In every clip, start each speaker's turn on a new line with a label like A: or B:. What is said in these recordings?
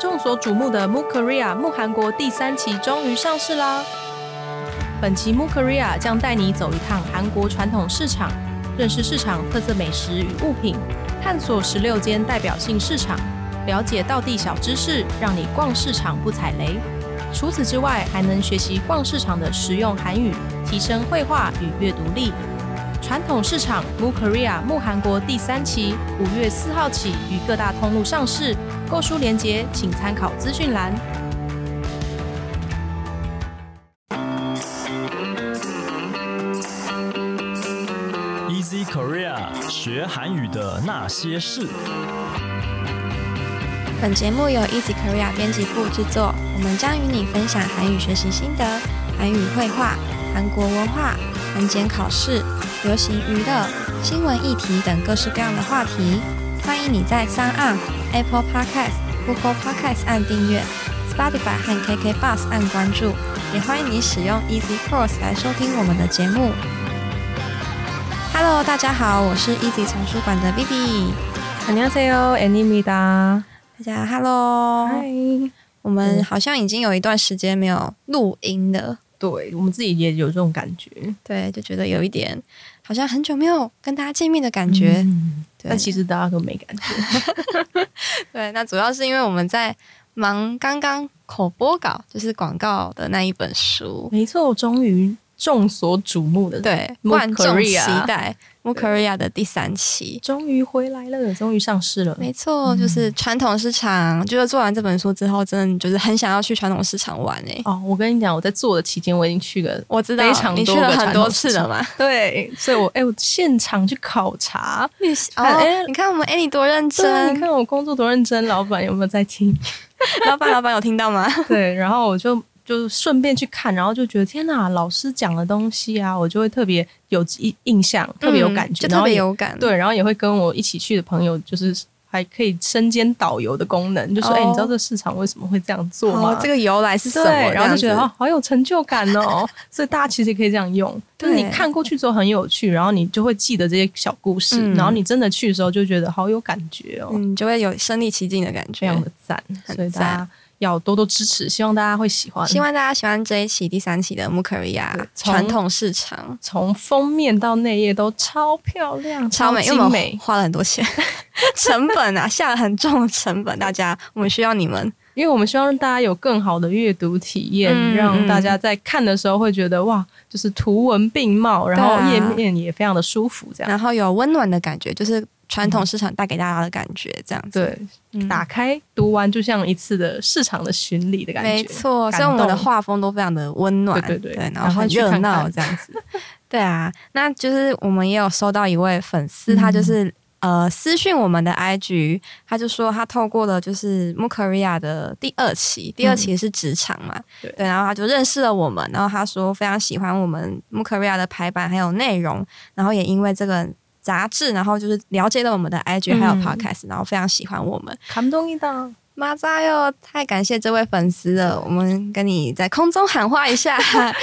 A: 众所瞩目的 Move Korea 木韩国第三期终于上市啦！本期 Move Korea 将带你走一趟韩国传统市场，认识市场特色美食与物品，探索十六间代表性市场，了解道地小知识，让你逛市场不踩雷。除此之外，还能学习逛市场的实用韩语，提升绘画与阅读力。传统市场 Move Korea 木韩国第三期，五月四号起于各大通路上市，购书链接请参考资讯栏。
B: Easy Korea 学韩语的那些事。
C: 本节目由 Easy Korea 编辑部制作，我们将与你分享韩语学习心得、韩语绘画、韩国文化、韩检考试、流行娱乐、新闻议题等各式各样的话题。欢迎你在三岸 Apple Podcast、Google Podcast 按订阅，Spotify 和 KK Bus 按关注，也欢迎你使用 Easy Course 来收听我们的节目。Hello，大家好，我是 Easy 丛书馆的 Vivi。
A: 안녕하세요，애니입니다。
C: 大家
A: 哦
C: Hello，我
A: 嗯
C: 们好像已经有一段时间没有录音了，
A: 对我们自己也有这种感觉，
C: 对，就觉得有一点好像很久没有跟大家见面的感觉。
A: 嗯
C: 对
A: 但其实大家都没感觉。
C: 对，那主要是因为我们在忙刚刚口播稿，就是广告的那一本书，
A: 没错，终于众所瞩目的，，
C: 对，
A: Move
C: 万众
A: Korea
C: 期待《Move Korea》的第三期。
A: 终于回来了，终于上市了。
C: 没错，就是传统市场，就是做完这本书之后，真的就是很想要去传统市场玩诶、
A: 哦，我跟你讲，我在做的期间我已经去了，
C: 我知道
A: 非常
C: 你去
A: 多
C: 了
A: 个
C: 很
A: 传统
C: 多
A: 市
C: 次了
A: 场
C: 嘛，
A: 对，所以我哎、我现场去考察，
C: 你哦
A: 看哎，
C: 你看我们 Annie 多认
A: 对，啊
C: 真
A: 你，看我工作多认真，老板有没有在 听？
C: 老板，老板有听到吗？
A: 对，然后我就就顺便去看，然后就觉得天哪，老师讲的东西啊，我就会特别有印印象，特别有感觉，
C: 嗯就
A: 然
C: 特
A: 后
C: 别
A: 也
C: 有感。，
A: 对，然后也会跟我一起去的朋友，就是还可以身兼导游的功能，就说
C: 哦
A: 哎、你知道这市场为什么会这样做吗？
C: 哦，这个由来是什么？
A: 对，然后就觉得
C: 这样
A: 哦
C: 子，，
A: 好有成就感 哦，所以大家其实也可以这样用。就是你
C: 对
A: 看过去之后很有趣，然后你就会记得这些小故事，
C: 嗯
A: 然后你真的去的时候就觉得好有感觉哦，
C: 嗯，就会有身临其境的感
A: 非
C: 觉。
A: 常的赞，
C: 很
A: 所以大
C: 赞
A: 家要多多支持，希望大家会喜欢。
C: 希望大家喜欢这一期第三期的穆克瑞亚
A: 对从
C: 传统市场，
A: 从封面到内页都超漂亮，
C: 超美，因为
A: 精
C: 我
A: 美
C: 们。花了很多钱， 成 本啊，下了很重的成本，大家我们需要你们。
A: 因为我们希望让大家有更好的阅读体验，
C: 嗯
A: 让大家在看的时候会觉得哇，就是图文并茂，然后
C: 啊
A: 页面也非常的舒服，这样。
C: 然后有温暖的感觉，就是传统市场带给大家的感觉，这样
A: 嗯
C: 子。
A: 对，
C: 嗯
A: 打开读完就像一次的市场的巡礼的感觉，
C: 没错，
A: 感
C: 所以我们的
A: 动
C: 画风都非常的温暖，
A: 对对对
C: 然
A: 赶
C: 后
A: 快
C: 很
A: 去
C: 热
A: 看
C: 闹
A: 看
C: 这样子。 对啊，那就是我们也有收到一位粉丝，他
A: 嗯
C: 就是、呃私讯我们的 IG，他就说他透过了就是穆克瑞亚的第二期，第二期是职场嘛，
A: 嗯对
C: 对，然后他就认识了我们，然后他说非常喜欢我们穆克瑞亚的排版还有内容，然后也因为这个。杂志，然后就是了解了我们的 IG 还有
A: 嗯
C: Podcast，、然后非常喜欢我们，
A: 感动一大。
C: 马扎哟！太感谢这位粉丝了，我们跟你在空中喊话 一下，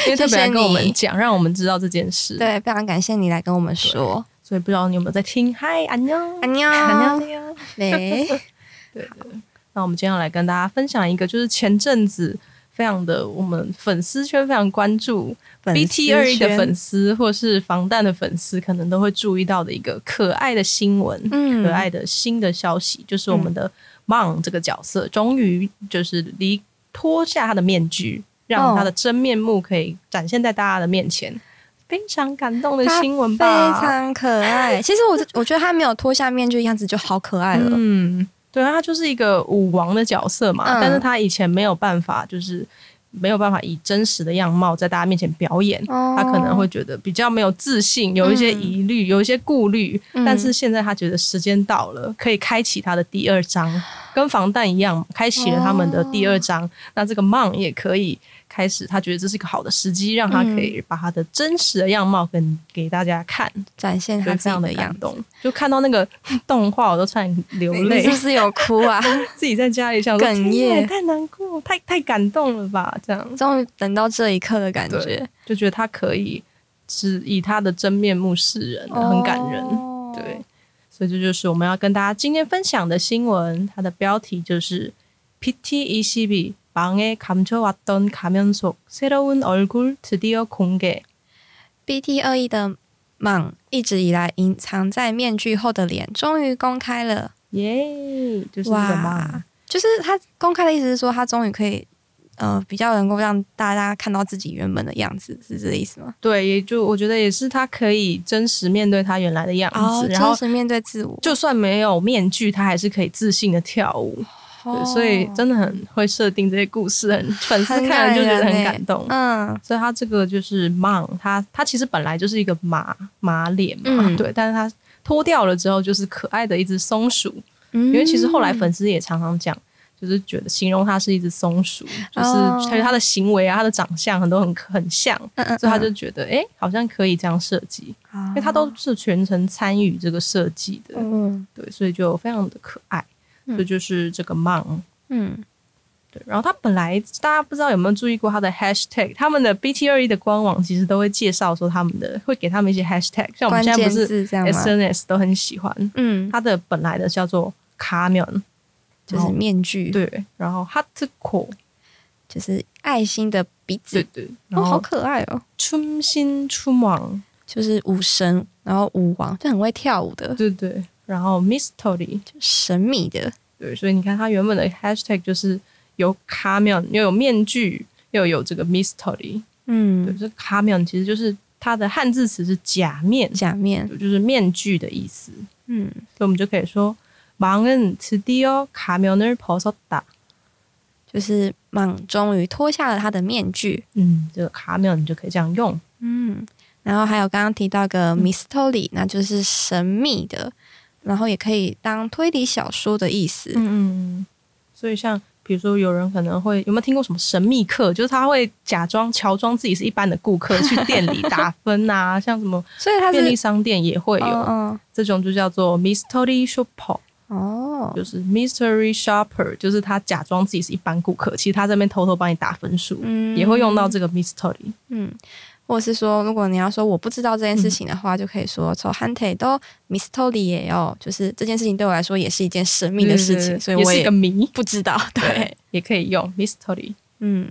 A: 因为
C: 谢
A: 特别
C: 谢
A: 来跟我们
C: 你。
A: 讲，让我们知道这件事。，
C: 对，非常感谢你来跟我们说。
A: 所以不知道你有没有在听？嗨，安妞，
C: 安妞，
A: 安妞。
C: 没，
A: 对对。那我们今天要来跟大家分享一个，就是前阵子非常的我们粉丝圈非常关注 BT 二一 E 的粉
C: 丝
A: 丝，或是防弹的粉丝，可能都会注意到的一个可爱的新闻。
C: 圈，
A: 可爱的新的消息，就是我
C: 嗯
A: 们的 Mon 这个角色终于就是离脱下他的面具，让
C: 哦
A: 他的真面目可以展现在大家的面前，非常感动的新闻
C: 嗯，非
A: 吧？
C: 常可
A: 嗯
C: 爱。其实我我觉得他没有脱下面具的样子就好可爱了。
A: 嗯，对啊，他就是一个武王的角色嘛，
C: 嗯
A: 但是他以前没有办法，就是没有办法以真实的样貌在大家面前表演。
C: 哦
A: 他可能会觉得比较没有自信，有一些
C: 嗯
A: 疑虑，有一些顾虑，
C: 嗯
A: 但是现在他觉得时间到了，可以开启他的第二章，跟防弹一样，开启了他们的第二
C: 哦
A: 章。那这个 Mon 也可以开始，他觉得这是一个好的时机，让他
C: 嗯
A: 可以把他的真实的样貌跟给大家看，
C: 展现
A: 就
C: 他
A: 非
C: 自
A: 常的
C: 己的样
A: 感
C: 子。
A: 动。就看到那个动画，我都差点流
C: 你
A: 泪
C: 是不，是有哭 啊？
A: 自己在家里想说
C: 哽
A: 天哪
C: 咽
A: 太难过，太太感动了吧？这样
C: 终于等到这一刻的感觉，
A: 就觉得他可以是以他的真面目示人，很感人。
C: 哦
A: 对，所以这就是我们要跟大家今天分享的新闻，它的标题就是 E PT22 망에 감춰왔던 가면 속 새로운 얼굴 드디어 공개.
C: BT 二一 E 的莽一直以来隐藏在面具后的脸，终于公开了！
A: 耶，就是啊这个
C: 哇
A: 嘛。！
C: 就是他公开的意思是说，他终于可以呃比较能够让大家看到自己原本的样子，是这个意思吗？
A: 对，也就我觉得也是他可以真实面对他原来的样子，哦然后
C: 哦真实面对自我，
A: 就算没有面具，他还是可以自信的跳舞。对，所以
C: 哦
A: 真的很会设定这些故事，很粉丝
C: 很
A: 看了
C: 感
A: 就觉得
C: 人
A: 很
C: 欸
A: 感动。
C: 嗯，
A: 所以他这个就是蟒，他他其实本来就是一个马马脸嘛，
C: 嗯
A: 对，但是他脱掉了之后就是可爱的一只松鼠，
C: 嗯
A: 因为其实后来粉丝也常常讲。就是觉得形容他是一只松鼠，就是
C: 哦
A: 还有他的行为啊，他的长相很多很很像，
C: 嗯，嗯嗯，
A: 所以他就觉得哎、诶好像可以这样设计，
C: 因
A: 因为他都是全程参与这个设计的，
C: 嗯
A: 对，所以就非常的可爱。
C: 嗯
A: 这就是这个蟒，
C: 嗯
A: 对，然后他本来大家不知道有没有注意过他的 hashtag，他们的 BT 二一的官网其实都会介绍说他们的，会给他们一些 hashtag，像我们
C: 关
A: 现在
C: 键
A: 不是
C: 字这样吗？
A: SNS 都很喜欢，
C: 嗯，
A: 他的本来的叫做 Camion，
C: 就是面具，，
A: 对，然后 Hardcore，
C: 就是爱心的鼻
A: 对
C: 子，
A: 对，然
C: 哦，好
A: 后
C: 可爱哦，
A: 春心春王，
C: 就是舞神，然后舞王，就很会跳舞的，
A: 对对，然后 Mystery，
C: 神秘的，
A: 对，所以你看他原本的 hashtag 就是有 Camion，又有面具，又有这个 Mystery，对，
C: 嗯，
A: 这 Camion 其实就是它的汉字词是假面。
C: 假面，
A: 就是面具的意思，
C: 嗯，
A: 所以我们就可以说망은드디어가면을벗었다。
C: 就是莽终于脱下了他的面具，
A: 嗯，这个卡面你就可以这样用。
C: 嗯，然后还有刚刚提到个
A: 嗯
C: mystery，那就是神秘的，然后也可以当推理小说的意思，
A: 嗯嗯。所以像比如说有人可能会有没有听过什么神秘客，就是他会假装乔装自己是一般的顾客去店里打分啊，像什么
C: 所以他
A: 便利
C: 是
A: 商店也会有、
C: 哦
A: 这种，就叫做 mystery shopper，
C: 哦哦
A: 就是 mystery shopper，就是他假装自己是一般顾客，其实他这边偷偷帮你打分数，
C: 嗯
A: 也会用到这个 mystery。
C: 嗯，或者是说，如果你要说我不知道这件
A: 嗯
C: 事情的话，就可以说从 hante 都 mystery 也哦，就是这件事情对我来说也是一件神秘的事情，所以
A: 也
C: 我
A: 是一
C: 也
A: 个谜。
C: 不知道。对，，
A: 也可以用 mystery。
C: 嗯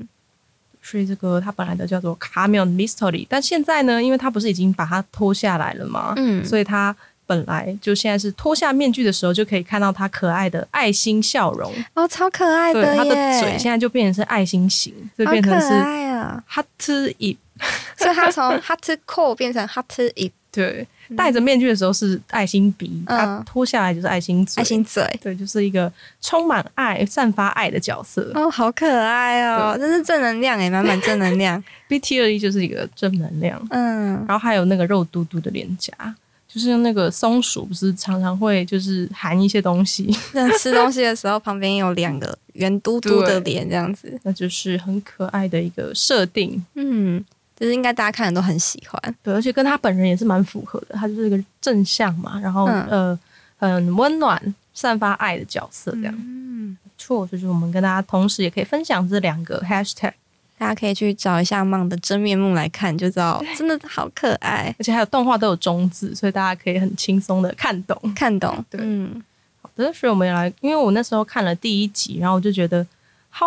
A: 所以这个它本来的叫做 Camion mystery，但现在呢，因为它不是已经把它脱下来了吗？
C: 嗯，
A: 所以它本来就现在是脱下面具的时候，就可以看到它可爱的爱心笑容。
C: 哦，超可爱
A: 对，
C: 的
A: 它
C: 耶，
A: 的嘴现在就变成是爱心型，就变成
C: 好可
A: 是
C: 爱啊！
A: hot i
C: 所以它从 hot core 变成 hot i
A: 对，戴着面具的时候是爱心鼻，它
C: 嗯
A: 脱下来就是爱心嘴。
C: 爱心嘴。
A: 对，就是一个充满爱、散发爱的角色。
C: 哦，好可爱哦！真是正能量哎，满满正能 量。
A: BT 二一 E 就是一个正能量。
C: 嗯，
A: 然后还有那个肉嘟嘟的脸颊，就是那个松鼠不是常常会就是含一些东西，
C: 那吃东西的时候旁边有两个圆嘟嘟的
A: 对
C: 脸，这样子。
A: 那就是很可爱的一个设定。
C: 嗯，就是应该大家看了都很喜欢。
A: 对，而且跟他本人也是蛮符合的，他就是一个正向嘛，然后、
C: 嗯
A: 呃很温暖、散发爱的角色这样。
C: 嗯，
A: 没错，就是我们跟大家同时也可以分享这两个 hashtag，
C: 大家可以去找一下梦的真面目来看，就知道真的好可爱，
A: 而且还有动画都有中字，所以大家可以很轻松的看懂。
C: 看懂。
A: 对
C: 嗯，
A: 好的，所以我们也来，因为我那时候看了第一集，然后我就觉得好，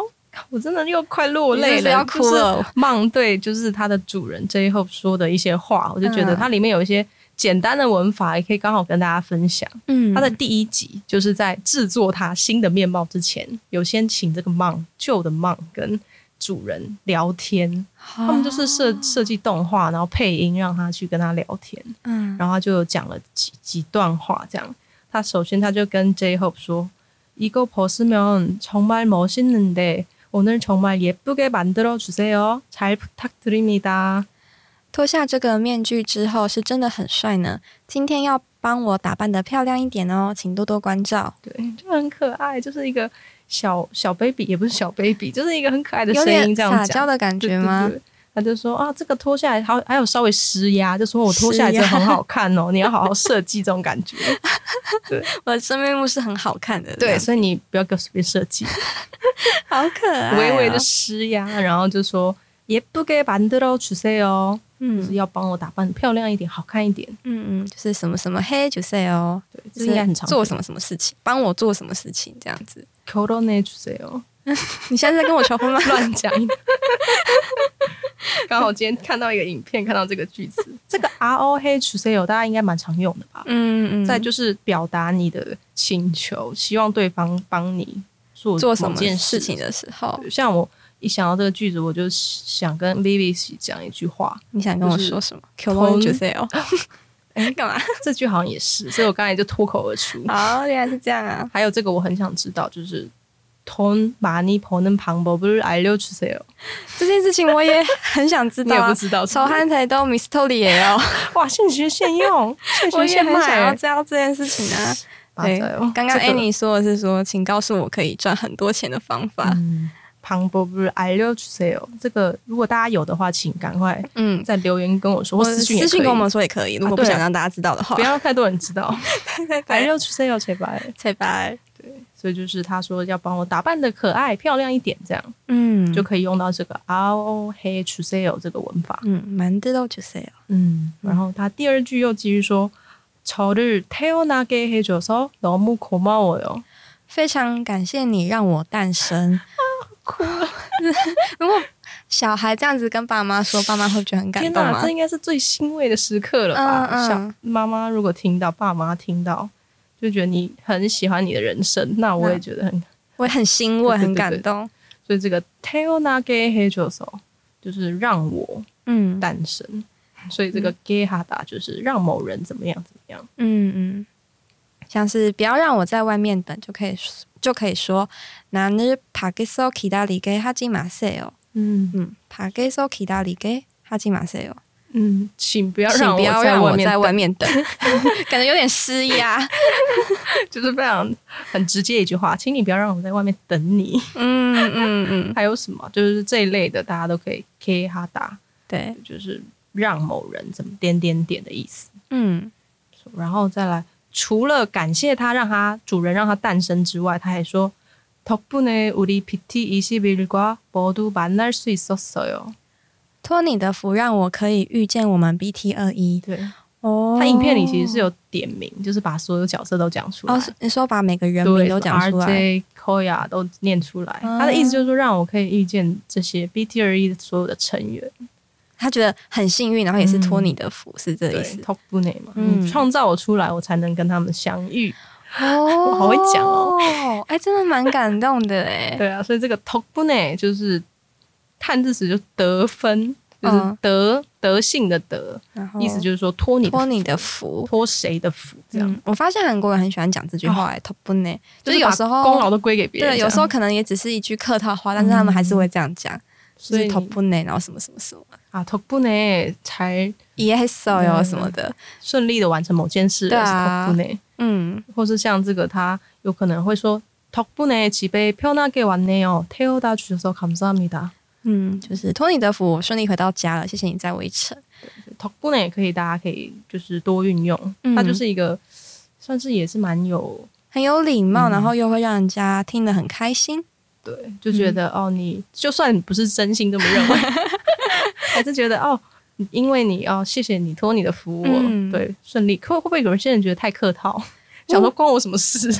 A: 我真的又快落
C: 你
A: 泪
C: 是不
A: 了，
C: 是要哭了
A: 就是梦对，就是它的主人这一后说的一些话，我就觉得
C: 嗯
A: 它里面有一些简单的文法，也可以刚好跟大家分享。
C: 嗯，
A: 它在第一集就是在制作它新的面貌之前，有先请这个梦旧的梦跟主人聊天，
C: 他
A: 他们就是设设计动画，然后配音让他去跟他聊天。
C: 嗯
A: 然后他就有讲了几几段话，这样。他首先他就跟 J Hope 说：“이거벗으면정말멋있는데오늘정말예쁘게만들어주세요잘부탁드립니다。
C: 脱下这个面具之后是真的很帅呢。今天要帮我打扮的漂亮一点哦，请多多关照”。
A: 对，就很可爱，就是一个小小 baby，也不是小 baby，就是一个很可爱的
C: 有
A: 声
C: 点
A: 音这样
C: 撒娇
A: 讲，
C: 的感
A: 对
C: 觉吗？
A: 对对他就说啊，这个脱下来好，还有稍微施压，就说我脱下来真的很好看哦，你要好好设计这种感觉。
C: 我的真面目是很好看的，这
A: 对，
C: 样
A: 所以你不要给我随便设计，
C: 好可爱哦、
A: 微微的施压，然后就说也不给板的喽，出塞哦，就是
C: 嗯
A: 要帮我打扮漂亮一点，好看一点。
C: 嗯嗯，就是什么什么嘿就 say 哦，
A: 对，
C: 就
A: 这
C: 是
A: 应该很常
C: 做什么什么事情，帮我做什么事情这样子。
A: c o r o n a 出塞哦，
C: 你现在在跟我求婚吗？
A: 乱讲。 刚好今天看到一个影片，看到这个句子，这个 R O H C O 大家应该蛮常用的吧？
C: 嗯嗯，
A: 再就是表达你的请求，希望对方帮你做
C: 做什
A: 某
C: 么
A: 件
C: 事情。的时候，
A: 像我一想到这个句子，我就想跟 Vivi 讲一句话，
C: 你想跟我
A: 就是
C: 说什么？Q o n
A: 同
C: j u s e l 哎，干嘛？
A: 这句好像也是，所以我刚才就脱口而出。
C: 哦，原来是这样啊！
A: 还有这个我很想知道，就是돈 많이 버는 방법을 알려주세요。
C: 这件事情我也很想知
A: 哦你
C: 道
A: 也
C: 啊、
A: 不知道是不
C: 手
A: 是
C: 汗才都 Miss Tolly 也哦要，
A: 哇，现学现 用，现
C: 我
A: 学
C: 也
A: 现
C: 很想要
A: 卖。
C: 知道这件事情啊。
A: 八
C: 对
A: 折哦，
C: 刚刚
A: 这个
C: Annie 说的是说，请告诉我可以赚很多钱的方法。
A: 嗯，旁博不是 I love sale 哦这个，如果大家有的话，请赶快
C: 嗯，
A: 在留言跟我说，或
C: 我
A: 私讯也
C: 私讯
A: 可以
C: 跟我们说也可以，如
A: 啊
C: 果不
A: 对啊
C: 想让大家知道的话，
A: 不要太多人知 道 I
C: 对
A: love sale 谁白，
C: 彩白。
A: 所以就是他说要帮我打扮的可爱漂亮一点，这样
C: 嗯，
A: 就可以用到这个 R O H sale 这个文法。
C: 嗯，蛮知道 j u s e l
A: 嗯，然后他第二句又继续说。저를태어나게해줘서너무고마워요。
C: 非常感谢你让我诞 生。
A: 哭
C: 了。 如果小孩这样子跟爸妈说，爸妈会觉得很感
A: 天
C: 动
A: 哪，
C: 吗
A: 这？应该是最欣慰的时刻了吧？
C: 嗯嗯
A: 小妈妈如果听到，爸妈听到，就觉得你很喜欢你的人生，那我也觉得很。
C: 我也很欣慰，
A: 对对
C: 很
A: 对
C: 感
A: 对
C: 动。
A: 所以这个 “tell na gay h e j o s o 就是让我
C: 嗯
A: 诞生，所以这个 “gay hada” 就是让某人怎么样怎么样。
C: 嗯嗯，像是不要让我在外面等，就可以就可以说，那日帕给索基达里给哈基马塞哦，
A: 嗯
C: 嗯，帕给索基达里给哈基马塞哦，
A: 嗯，请不要
C: 请
A: 让
C: 不要
A: 在
C: 让
A: 外
C: 我
A: 面
C: 在
A: 等，
C: 外面等， 感觉有点施压。
A: 就是非常很直接一句话，请你不要让我在外面等你。
C: 嗯嗯嗯，
A: 还有什么？就是这一类的，大家都可以 “gay hada”，
C: 对，
A: 就是让某人怎么点点点的意思。
C: 嗯
A: 然后再来，除了感谢他让他主人让他诞生之外，他还说덕분에우리 PT 21과모두만날수있었어요。
C: 托你的福让我可以遇见我们 BT 二一
A: 对，
C: 哦
A: 他影片里其实是有点名，就是把所有角色都讲出来，
C: 哦，是你说把每个人名
A: 对
C: 都讲出来，
A: ，RJ、Koya 都念出来。
C: 嗯
A: 他的意思就是说，让我可以遇见这些 BT 二一 E 的所有的成员。
C: 他觉得很幸运，然后也是托
A: 嗯
C: 你的福，是这个
A: 对
C: 意思。
A: 덕분에嘛，
C: 嗯
A: 你创造我出来，我才能跟他们相遇。
C: 哦
A: 我好会讲哦。
C: 哎、真的蛮感动的哎。
A: 对啊，所以这个 top b u n e 就是汉字词，就得分，就是
C: 嗯
A: 德、德性的德，
C: 然后
A: 意思就是说托你的
C: 托你的福。
A: 托谁的福这样，哦
C: 嗯，我发现韩国人很喜欢讲这句话哎、t o p 呢，就是
A: 是
C: 有
A: 把
C: 时候
A: 功劳都归给别人。
C: 对，有时候可能也只是一句客套话，但是他们还是会这样讲，就
A: 嗯所
C: 是
A: 以
C: top 呢，然后什么什么什么
A: 啊 top b u n e 才
C: ，yes 哦
A: 嗯
C: 哟什么的，
A: 顺利的完成某件事，
C: 对啊
A: top b u n e
C: 嗯，
A: 或是像这个他有可能会说 top b u n e 집에편하게왔네요태워다주셔서감사합니다。
C: 嗯，就是托你的福，我顺利回到家了，谢谢你载我一程。
A: top b u n e 可以大家可以就是多运用，
C: 嗯
A: 它就是一个算是也是蛮有。
C: 很有礼貌，
A: 嗯
C: 然后又会让人家听得很开心。
A: 对，就觉得、哦，你就算你不是真心这么 认为，还是觉得哦，因为你哦，谢谢你托你的福我，
C: 嗯
A: 对，顺利。可会不会有些人觉得太客套，想说关我什么事？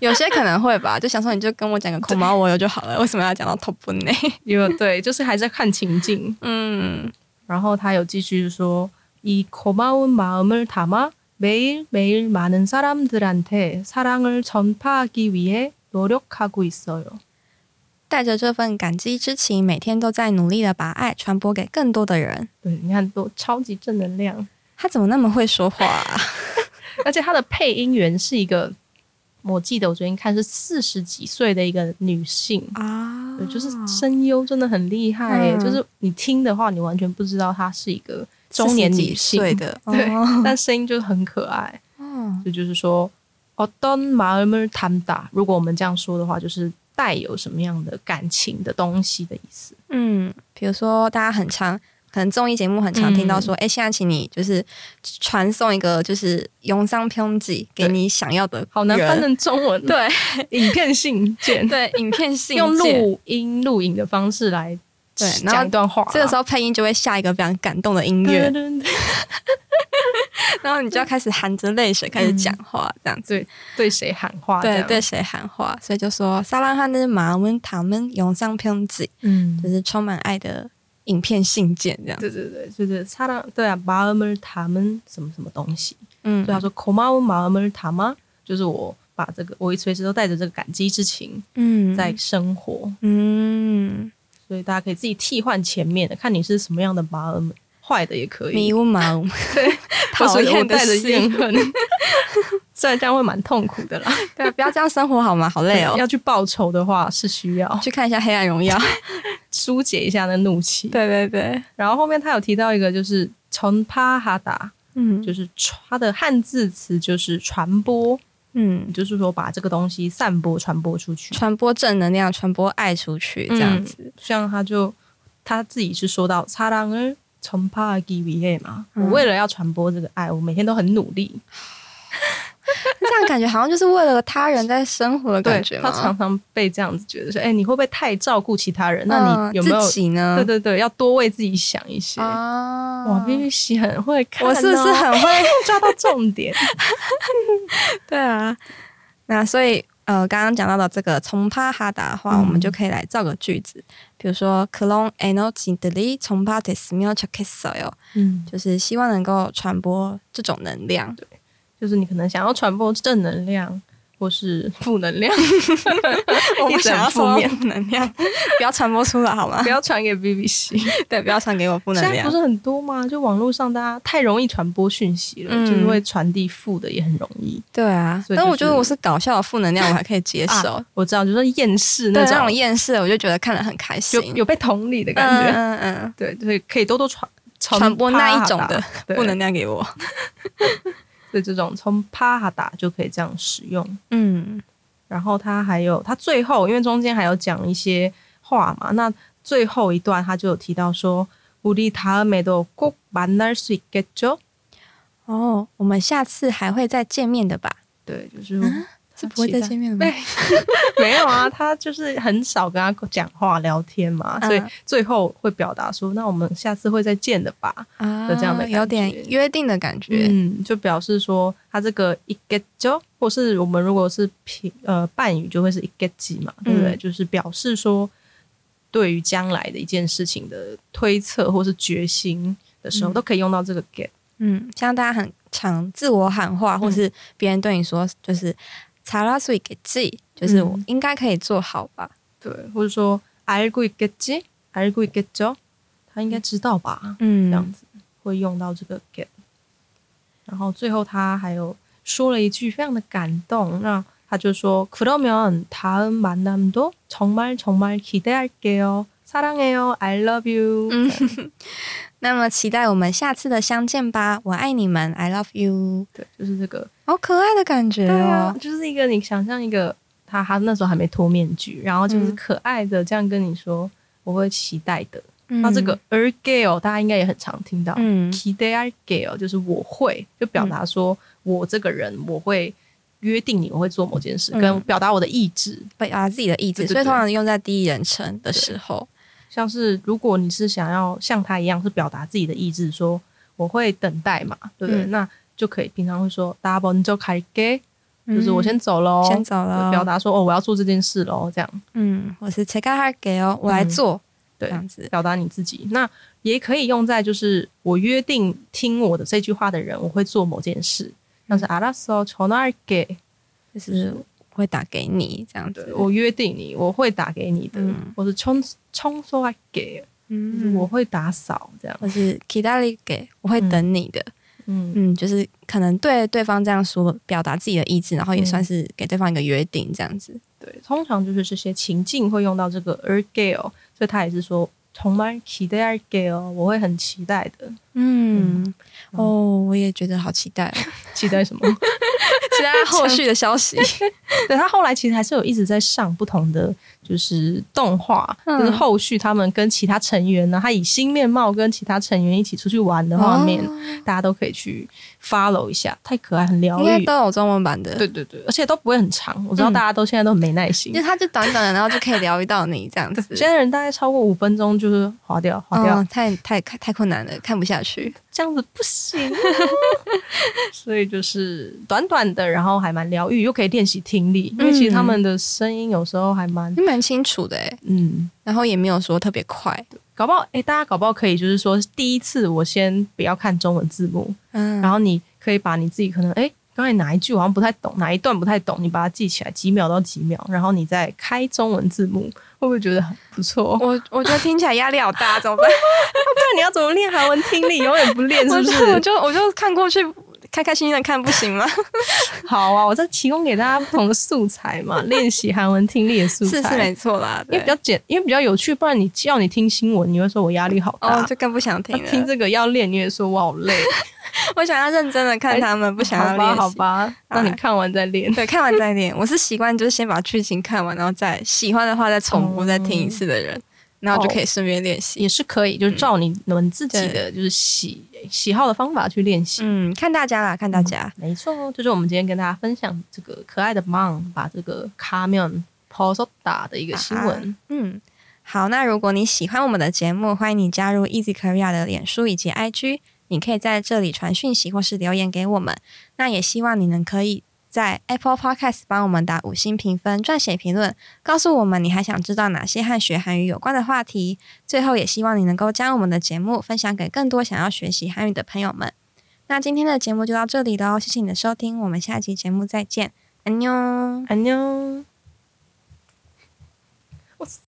C: 有些可能会吧，就想说你就跟我讲个空毛我有就好了，为什么要讲到 top 呢？
A: 因为对，就是还在看情境。
C: 嗯，
A: 然后他有继续说，이고마운마음을담아매일매일많은사람들한테사랑을전파하기위해노력하고있어요。
C: 带着这份感激之情，每天都在努力的把爱传播给更多的人。
A: 对，你看都超级正能量。
C: 他怎么那么会说话、啊？
A: 而且她的配音员是一个，我记得我昨天看是四十几岁的一个女性，
C: 啊
A: 对就是声优真的很厉害耶、
C: 嗯
A: 就是你听的话，你完全不知道她是一个中年女性，
C: 对的，
A: 对
C: 哦，
A: 但声音就是很可爱。
C: 哦
A: 这就是说，어떤마음을담다，如果我们这样说的话，就是带有什么样的感情的东西的意思。
C: 嗯，比如说大家很常。可能综艺节目很常听到说，哎、现在请你就是传送一个就是永上평지给
A: 对
C: 你想要的人，
A: 好难翻成中文，，
C: 对
A: 影片信件，
C: 对，影片性
A: 用
C: 件
A: 录音录影的方式来
C: 对然后
A: 讲一段话，
C: 这个时候配音就会下一个非常感动的音乐，
A: 乐，
C: 然后你就要开始含着泪水开始讲话，这样子。
A: 对对谁喊话这
C: 对
A: 样？
C: 对谁喊话，所以就说萨拉哈那马文塔们涌上평지，
A: 嗯
C: 就，是充满爱的影片信件这样。
A: 对对对，就是他的对啊，马尔们他们什么什么东西？
C: 嗯
A: 对，他说 k o m a u 马尔们他吗？就是我把这个，我一随时都带着这个感激之情
C: 嗯
A: 在生活，
C: 嗯，
A: 所以大家可以自己替换前面的，看你是什么样的马尔们，坏的也 可以
C: 迷。雾毛，
A: 我
C: 讨
A: 所以我
C: 厌的
A: 带着
C: 是
A: 怨恨， 虽然这样会蛮痛苦的啦。
C: 对，不要这样生活好吗？好累哦。
A: 要去报仇的话是需要
C: 去看一下《黑暗荣耀》。
A: 疏解一下那怒气。
C: 对对对，
A: 然后后面他有提到一个就是从帕哈达，
C: 嗯
A: 就是它的汉字词就是传播，
C: 嗯，
A: 就是说把这个东西散播、传播出去。
C: 传嗯播正能量，传播爱出去，这样子。
A: 像他就他自己是说到擦浪儿从帕基维耶嘛，
C: 嗯
A: 我为了要传播这个爱，我每天都很努力。
C: 这样感觉好像就是为了他人在生活的
A: 对
C: 感觉，
A: 他
C: 吗？
A: 常常被这样子觉得说，哎、你会不会太照顾其他人？那
C: 嗯
A: 你有没有？
C: 自己呢？
A: 对对对，要多为自己想一些。
C: 啊，
A: 哇，BBC 很会看、哦，
C: 我是不是很 会？
A: 抓到重点？
C: 对啊，那所以呃，刚刚讲到的这个从帕哈达的话，
A: 嗯
C: 我们就可以来造个句子，比如说 “klon energy d e 从帕德斯喵 c h a k s o
A: 嗯，
C: 就是希望能够传播这种能量。
A: 就是你可能想要传播正能量或是负能量，
C: 我不
A: 一直
C: 想
A: 很
C: 要
A: 负
C: 负
A: 面
C: 面能量，不要传播出来好吗
A: 不？要传给 BBC。
C: 对，不要传给我负
A: 现
C: 能
A: 在
C: 量
A: 不。是很多吗？就网络上大家太容易传播讯息了，
C: 嗯
A: 就是会传递负的也很容易。
C: 对啊，
A: 所以
C: 但
A: 就
C: 我觉得
A: 是
C: 我是搞笑的负能量，我还可以接受。
A: 啊我知道，就是厌世
C: 哦
A: 那
C: 对那种
A: 种，
C: 厌世，我就觉得看了很开心
A: 有，有被同理的感觉。
C: 嗯嗯
A: 对，对，可以多多传
C: 传播那一种的嗯，
A: 不
C: 负
A: 能
C: 能量给 我。
A: 对这种从帕哈达就可以这样使用。
C: 嗯
A: 然后他还有他最后，因为中间还有讲一些话嘛，那最后一段他就有提到说，우리다음에도꼭만날수있겠죠？
C: 哦，我们下次还会再见面的吧？
A: 对，就是、
C: 是不会再见面了吗？
A: 没有啊，他就是很少跟他讲话聊天嘛，
C: 嗯
A: 所以最后会表达说，那我们下次会再见的吧？
C: 啊
A: 的这样的感觉
C: 有点约定的感觉。
A: 嗯，就表示说他这个一 get 就，或是我们如果是平呃半语就会是一 get 几嘛，对不对？
C: 嗯
A: 就是表示说对于将来的一件事情的推测或是决心的时候，
C: 嗯
A: 都可以用到这个 get。
C: 嗯，像大家很常自我喊话，或
A: 嗯
C: 是别人对你说，就是查拉苏给自己，就是我
A: 嗯
C: 应该可以做好吧？
A: 对，或者说알고있겠지알고있겠죠，他应该知道吧？这样
C: 嗯，
A: 子，会用到这个 get。然后最后他还有说了一句非常的感动，那他就说그러면다음만남도정말정말기대할게요사랑해요 I love you。
C: 嗯那么期待我们下次的相见吧，我爱你们，I love you，
A: 对，就是这 个，
C: 好可爱的感觉
A: 对啊
C: 哦，。
A: 就是一个你想象一个他，他那时候还没脱面具，然后就是
C: 嗯
A: 可爱的这样跟你说，我会期待的。
C: 嗯
A: 那这个 er gale 大家应该也很常听到，
C: 嗯
A: k i d e a gale 就是我会，就表达说我这个人我会约定你我会做某件事，
C: 嗯
A: 跟表达我的意志。
C: 表达自己的意志，
A: 对对对
C: 所以通常用在第一人称的时候，
A: 像是如果你是想要像他一样是表达自己的意志，说我会等待嘛，对不对？
C: 嗯
A: 那就可以平常会说 double 你就开给，就是我先
C: 嗯
A: 走喽，
C: 先走了，
A: 对表达说哦我要做这件事喽，这样
C: 嗯，我是切卡哈给哦，我来
A: 嗯
C: 做这
A: 对。
C: 样子，
A: 表达你自己，那也可以用在就是我约定听我的这句话的人，我会做某件事，像是啊阿拉索乔纳尔给，
C: 就是会打给你这样子
A: 对。我约定你，我会打给你的，
C: 嗯
A: 我是冲冲说啊给，就是
C: 嗯
A: 我会打扫这样，
C: 我是 k i d a l i 给，我会等你的。
A: 嗯，
C: 嗯，就是可能对对方这样说，表达自己的意志，然后也
A: 嗯
C: 算是给对方一个约定，这样子。
A: 对，通常就是这些情境会用到这个 er gale，所以他也是说。从蛮期待 er gale，我会很期待的，
C: 嗯，
A: 嗯
C: 哦，我也觉得好期待、哦，
A: 期待什么？
C: 期待后续的消息。
A: 对他后来其实还是有一直在上不同的就是动画，
C: 嗯
A: 就是后续他们跟其他成员呢，他以新面貌跟其他成员一起出去玩的画面，
C: 哦
A: 大家都可以去 follow 一下，太可爱，很疗
C: 应该
A: 愈。
C: 都有中文版的，
A: 对对对，而且都不会很长。我知道
C: 嗯
A: 大家都现在都很没耐心
C: 因为，它就短短的，然后就可以疗愈到你这样子。哦
A: 现在人大概超过五分钟就是划掉划掉。
C: 嗯太太太困难了，看不下去。
A: 这样子不行、 啊。所以就是短短的，然后还蛮疗愈，又可以练习听力，
C: 嗯
A: 因为其实他们的声音有时候还蛮
C: 你蛮清楚的哎，
A: 嗯，
C: 然后也没有说特别快，
A: 搞不好哎、诶大家搞不好可以就是说，第一次我先不要看中文字幕，
C: 嗯，
A: 然后你可以把你自己可能哎。诶刚才哪一句我好像不太懂，哪一段不太懂，你把它记起来，几秒到几秒，然后你再开中文字幕，会不会觉得很不错？
C: 我我觉得听起来压力好大，怎么
A: 不
C: 办？
A: 然你要怎么练韩文听力？永远不 练 是
C: 我
A: 不
C: 就我
A: 是？
C: 就我就看过去，开开心心的看不行吗？
A: 好啊，我再提供给大家不同的素材 嘛，练习韩文听力的素材。
C: 是是没错啦，
A: 因为
C: 对
A: 比较简，因为比较有趣，不然你叫你听新闻，你会说我压力好大。
C: 哦，就更不想听
A: 啊
C: 了。
A: 听这个要练，你也说我好 累。
C: 我想要认真的看他们，不想要
A: 哎好吧，好吧，
C: 练习。
A: 哎那你看完再练。
C: 对，看完再练。我是习惯就是先把剧情看完，然后再喜欢的话再重播、
A: 哦
C: 再听一次的人，然后就可以顺便练习。
A: 也是可以，就是照你们自己的就是喜喜好的方法去练习。
C: 嗯，看大家啦，看大家。
A: 没错，这就是我们今天跟大家分享这个可爱的 mom 把这个 Carmen p o s o d a 的一个新闻。
C: 啊嗯，好，那如果你喜欢我们的节目，欢迎你加入 Easy Korea 的脸书以及 IG，你可以在这里传讯息或是留言给我们。那也希望你能可以在 Apple Podcast 帮我们打五星评分、撰写评论，告诉我们你还想知道哪些和学韩语有关的话题。最后，也希望你能够将我们的节目分享给更多想要学习韩语的朋友们。那今天的节目就到这里喽，谢谢你的收听，我们下期节目再见，安妞。
A: 安妞。